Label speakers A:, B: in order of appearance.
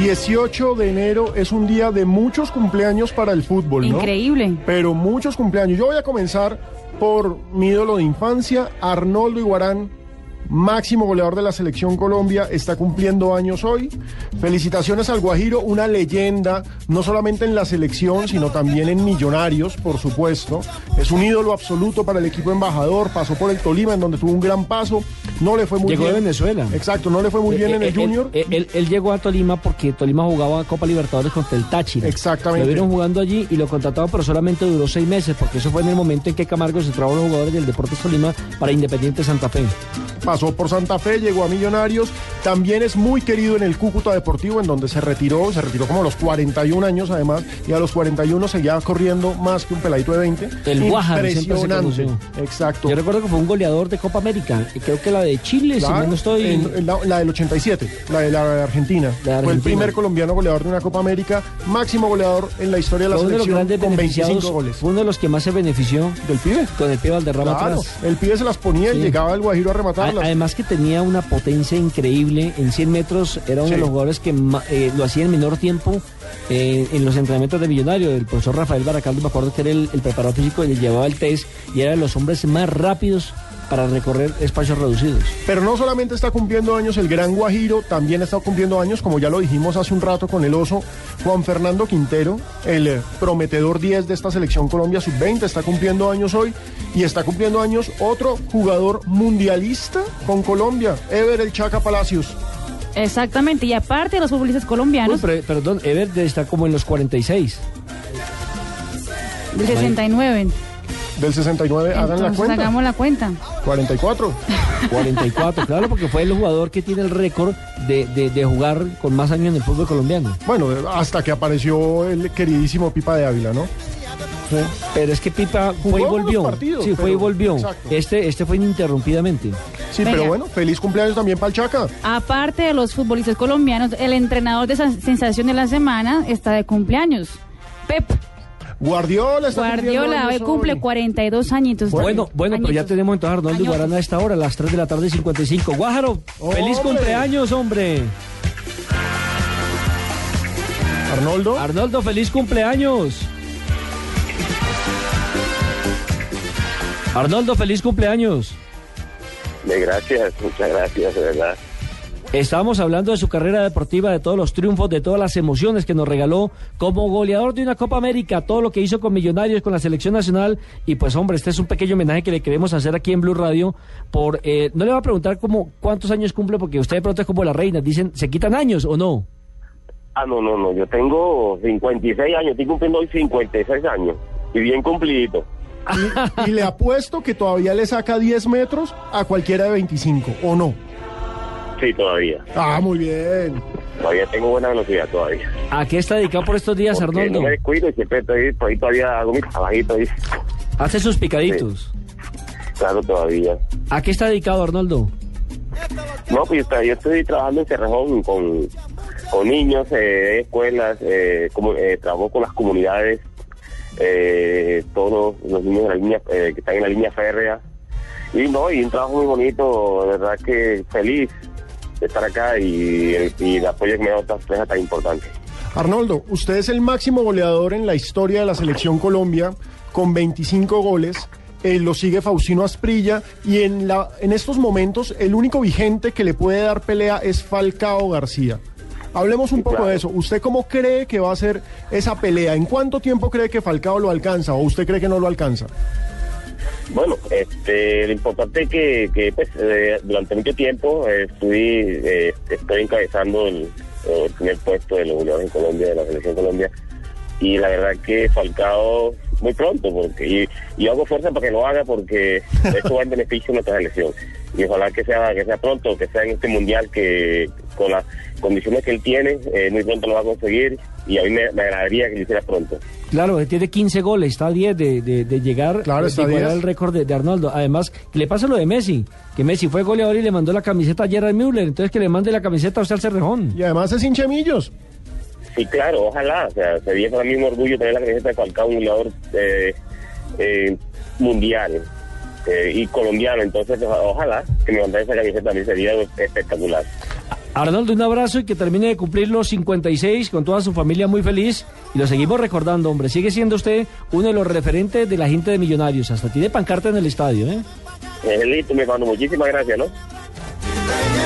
A: 18 Este de enero es un día de muchos cumpleaños para el fútbol, ¿no?
B: Increíble.
A: Pero muchos cumpleaños. Yo voy a comenzar por mi ídolo de infancia, Arnoldo Iguarán. Máximo goleador de la selección Colombia, está cumpliendo años hoy. Felicitaciones al Guajiro, una leyenda, no solamente en la selección, sino también en Millonarios, por supuesto. Es un ídolo absoluto para el equipo embajador, pasó por el Tolima, en donde tuvo un gran paso. No le fue muy
C: Llegó
A: bien.
C: de Venezuela. Eh,
A: Exacto, no le fue muy bien en el Junior.
C: Él, él- él llegó a Tolima porque Tolima jugaba Copa Libertadores contra el Táchira.
A: Exactamente.
C: Lo vieron jugando allí y lo contrataron, pero solamente duró seis meses, porque eso fue en el momento en que Camargo se trajo a los jugadores del Deportes Tolima para Independiente Santa Fe.
A: pasó por Santa Fe, llegó a Millonarios, también es muy querido en el Cúcuta Deportivo, en donde se retiró, se retiró como a los 41 años además, y a los 41 seguía corriendo más que un peladito de 20.
C: El Guajara siempre se
A: Impresionante.
C: conoció.
A: Exacto.
C: Yo recuerdo que fue un goleador de Copa América, y creo que la de Chile, si
A: Claro,
C: mal no estoy.
A: en- en la, la del 87, la de la de Argentina.
C: La de
A: Fue el
C: Argentina.
A: primer colombiano goleador de una Copa América, máximo goleador en la historia de la
C: fue uno de los
A: selección
C: grandes
A: con 25
C: beneficiados,
A: goles.
C: fue uno de los que más se benefició
A: Del pibe.
C: con el pie Valderrama
A: Claro,
C: atrás.
A: el pibe se las ponía y
C: Sí.
A: llegaba el Guajiro a
C: A-
A: rematarlas.
C: Además que tenía una potencia increíble, en 100 metros era uno
A: Sí.
C: de los jugadores que ma- eh, lo hacía en menor tiempo eh, en los entrenamientos de Millonario, el profesor Rafael Baracaldo, me acuerdo que era el, el preparador físico que le llevaba el test y era de los hombres más rápidos para recorrer espacios reducidos.
A: Pero no solamente está cumpliendo años el gran Guajiro, también está cumpliendo años, como ya lo dijimos hace un rato con el oso, Juan Fernando Quintero, el eh, prometedor 10 de esta selección Colombia sub-20, está cumpliendo años hoy y está cumpliendo años otro jugador mundialista con Colombia, Ever el Chaca Palacios.
B: Exactamente. Y aparte de los futbolistas
C: Uy,
B: colombianos,
C: pre- perdón, Ever está como en los 46.
B: del 69.
A: Del 69, hagan la
B: Entonces,
A: cuenta.
B: hagamos la cuenta.
A: 44.
C: 44, claro, porque fue el jugador que tiene el récord de, de- de jugar con más años en el fútbol colombiano.
A: Bueno, eh, hasta que apareció el queridísimo Pipa de Ávila, ¿no?
C: Pero es que Pipa fue y
A: Jugó unos
C: volvió.
A: partidos,
C: sí, fue y
A: pero-
C: volvió.
A: exacto.
C: Este, este fue ininterrumpidamente.
A: Sí,
B: Venga.
A: pero bueno, feliz cumpleaños también para el Chaca.
B: Aparte de los futbolistas colombianos, el entrenador de esa sensación de la semana está de cumpleaños. Pep
A: Guardiola está cumpliendo
B: Guardiola hoy
A: años
B: cumple
A: hoy.
B: 42 añitos.
C: Bueno, bueno, pero ya
B: Añitos.
C: tenemos entonces a Arnoldo
B: Añosos.
C: Guarana a esta hora, a las 3 de la tarde y 55. Guájaro, feliz
A: ¡Hombre!
C: cumpleaños, hombre.
A: Arnoldo.
C: Arnoldo, feliz cumpleaños. Arnoldo, feliz cumpleaños.
D: De gracias, muchas gracias, de verdad.
C: Estábamos hablando de su carrera deportiva, de todos los triunfos, de todas las emociones que nos regaló como goleador de una Copa América, todo lo que hizo con Millonarios, con la selección nacional. Y pues hombre, este es un pequeño homenaje que le queremos hacer aquí en Blue Radio. Por eh, No le va a preguntar como cuántos años cumple, porque usted de pronto es como la reina. Dicen, ¿se quitan años o no?
D: Ah, no, no, no, yo tengo 56 años, estoy cumpliendo hoy 56 años. Y bien cumplidito.
A: Y le apuesto que todavía le saca 10 metros a cualquiera de 25, ¿o no?
D: Sí, todavía.
A: Ah, muy bien.
D: Todavía tengo buena velocidad todavía.
C: ¿A qué está dedicado por estos días,
D: Porque
C: Arnoldo?
D: No me descuido y siempre estoy, por ahí todavía hago mi trabajito ahí.
C: Hace sus picaditos.
D: Claro, todavía.
C: ¿A qué está dedicado, Arnoldo?
D: No, pues yo, yo estoy trabajando en Cerrejón con, con niños, eh, escuelas, eh, como, eh, trabajo con las comunidades, eh, todos los, los niños de la línea, eh, que están en la línea férrea. Y no, y un trabajo muy bonito, de verdad que feliz de estar acá y, y el apoyo que me da otra empresa tan importante.
A: Arnoldo, usted es el máximo goleador en la historia de la selección Colombia con 25 goles. eh, lo sigue Faustino Asprilla y en, la, en estos momentos el único vigente que le puede dar pelea es Falcao García. Hablemos un
D: Sí,
A: poco
D: claro.
A: de eso. ¿Usted cómo cree que va a ser esa pelea? ¿En cuánto tiempo cree que Falcao lo alcanza o usted cree que no lo alcanza?
D: Bueno, este, lo importante es que, que, pues, eh, durante mucho tiempo eh, fui, eh, estoy encabezando el, eh, el primer puesto de los goleadores en Colombia, de la selección Colombia, y la verdad que Falcao muy pronto, porque y, y hago fuerza para que lo haga porque esto va en beneficio de nuestra selección. Y ojalá que sea, que sea pronto, que sea en este mundial, que con las condiciones que él tiene, eh, muy pronto lo va a conseguir, y a mí me, me agradaría que lo hiciera pronto.
C: Claro, eh, tiene 15 goles, está a 10 de, de- de llegar
A: Claro,
C: de
A: está a
C: igualar
A: 10.
C: el récord de, de Arnoldo. Además, que le pasa lo de Messi, que Messi fue goleador y le mandó la camiseta a Gerard Müller, entonces que le mande la camiseta a usted al Cerrejón.
A: Y además es hinchemillos.
D: Sí, claro, ojalá. O sea, sería para mí un orgullo tener la camiseta de Falcao, un jugador eh, eh, mundial eh, y colombiano. Entonces, oja- ojalá que me mandara esa camiseta, también sería espectacular.
C: Arnoldo, un abrazo y que termine de cumplir los 56 con toda su familia muy feliz. Y lo seguimos recordando, hombre. Sigue siendo usted uno de los referentes de la gente de Millonarios. Hasta tiene pancarta en el estadio, ¿eh?
D: Angelito, mi hermano, muchísimas gracias, ¿no?